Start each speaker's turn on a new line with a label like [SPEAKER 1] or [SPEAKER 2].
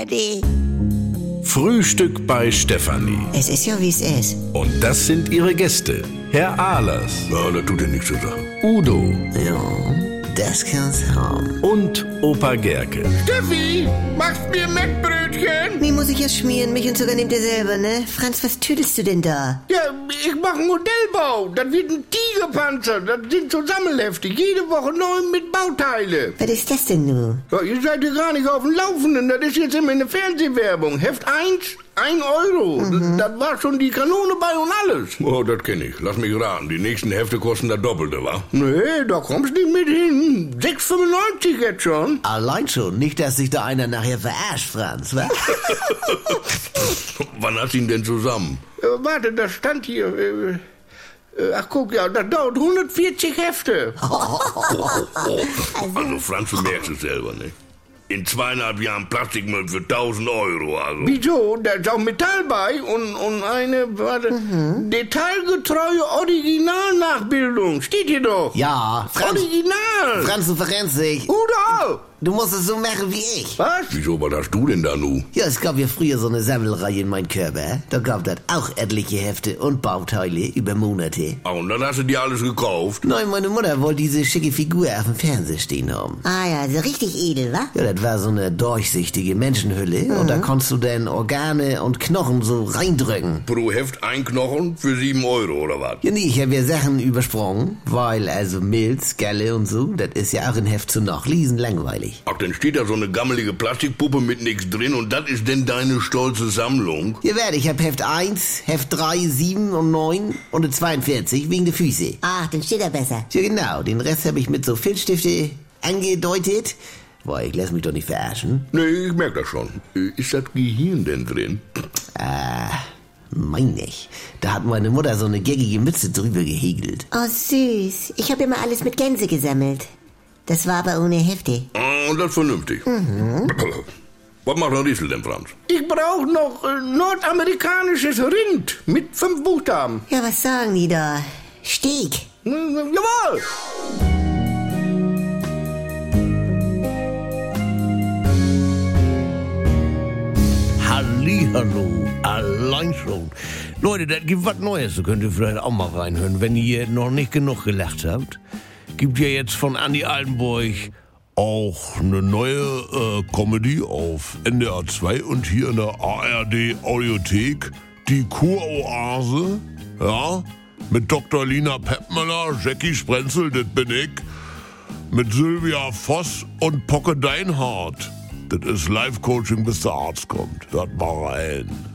[SPEAKER 1] Eddie.
[SPEAKER 2] Frühstück bei Stefanie.
[SPEAKER 1] Es ist ja, wie es ist.
[SPEAKER 2] Und das sind ihre Gäste. Herr Ahlers,
[SPEAKER 3] Ja, das tut dir nichts zu sagen.
[SPEAKER 2] Udo
[SPEAKER 1] Ja, das kann's haben.
[SPEAKER 2] und Opa Gerke.
[SPEAKER 4] Steffi, machst mir Mettbrötchen?
[SPEAKER 1] Wie muss ich es schmieren? Mich und sogar nehmt ihr selber, ne? Franz, was tüdelst du denn da?
[SPEAKER 4] Ja, ich mache einen Modellbau. Das wird ein Tigerpanzer. Das sind Zusammenhefte. Jede Woche neu mit Bauteile.
[SPEAKER 1] Was ist das denn nun?
[SPEAKER 4] Ja, ihr seid ja gar nicht auf dem Laufenden. Das ist jetzt immer eine Fernsehwerbung. Heft 1, 1 Euro. Das war schon die Kanone bei und alles.
[SPEAKER 3] Mhm. Oh, das kenne ich. Lass mich raten. Die nächsten Hefte kosten das Doppelte, wa?
[SPEAKER 4] Nee, da kommst nicht mit hin. 6,95 jetzt schon.
[SPEAKER 5] Allein schon, nicht, dass sich da einer nachher verarscht, Franz, wa?
[SPEAKER 3] Wann hast du ihn denn zusammen?
[SPEAKER 4] Äh, warte, das stand hier. Äh, äh, ach, guck, ja, das dauert 140 Hefte.
[SPEAKER 3] Also, Franz, du merkst es selber, ne? In zweieinhalb Jahren Plastikmüll für 1000 Euro, also.
[SPEAKER 4] Wieso? Da ist auch Metall bei und, und eine, warte,
[SPEAKER 3] Mhm.
[SPEAKER 4] detailgetreue Originalnachbildung. Steht hier doch.
[SPEAKER 5] Ja, Franz,
[SPEAKER 4] Original.
[SPEAKER 5] Franz du verrennst dich.
[SPEAKER 4] Oder?
[SPEAKER 5] Du musst es so machen wie ich.
[SPEAKER 4] Was?
[SPEAKER 3] Wieso, was hast du denn da nu?
[SPEAKER 5] Ja, es gab ja früher so eine Sammelreihe in meinem Körper. eh? Da gab das auch etliche Hefte und Bauteile über Monate.
[SPEAKER 3] Ah, und dann hast du dir alles gekauft?
[SPEAKER 5] Nein, meine Mutter wollte diese schicke Figur auf dem Fernseher stehen haben.
[SPEAKER 1] Ah ja, so richtig edel, wa?
[SPEAKER 5] Ja, das war so eine durchsichtige Menschenhülle und da konntest du dann Organe und Knochen so reindrücken.
[SPEAKER 3] Pro Heft ein Knochen für 7 Euro, oder was?
[SPEAKER 5] Ja, nee, ich habe ja Sachen übersprungen, weil also Milz, Galle und so, das ist ja auch in Heft zu noch riesen langweilig.
[SPEAKER 3] Ach, dann steht da so eine gammelige Plastikpuppe mit nix drin und das ist denn deine stolze Sammlung?
[SPEAKER 5] Ihr werdet, ich hab Heft 1, Heft 3, 7 und 9 und eine 42 wegen der Füße.
[SPEAKER 1] Ach, dann steht er besser.
[SPEAKER 5] Ja, genau, den Rest habe ich mit so Filzstifte angedeutet. Boah, ich lass mich doch nicht verarschen.
[SPEAKER 3] Nee, ich merk das schon. Äh, Ist das Gehirn denn drin?
[SPEAKER 5] Mein ich, da hat meine Mutter so eine geckige Mütze drüber gehegelt.
[SPEAKER 1] Oh, süß. Ich habe immer alles mit Gänse gesammelt. Das war aber ohne Hefte.
[SPEAKER 3] Ah, Und das ist vernünftig.
[SPEAKER 4] Mhm.
[SPEAKER 3] Was macht der Riesel denn, Franz?
[SPEAKER 4] Ich brauche noch äh, nordamerikanisches Rind mit fünf Buchstaben.
[SPEAKER 1] Ja, was sagen die da? Steg.
[SPEAKER 4] Hm, jawohl.
[SPEAKER 6] Hallihallo, allein schon. Leute, das gibt was Neues, da könnt ihr vielleicht auch mal reinhören, wenn ihr noch nicht genug gelacht habt. Gibt ja jetzt von Andy Altenburg auch eine neue äh, Comedy auf NDR 2 und hier in der ARD Audiothek, die Kuroase, ja, mit Dr. Lina Peppmüller, Jackie Sprenzel, das bin ich mit Sylvia Voss und Pocke Deinhardt. Das ist Life-Coaching, bis der Arzt kommt. Hört mal rein.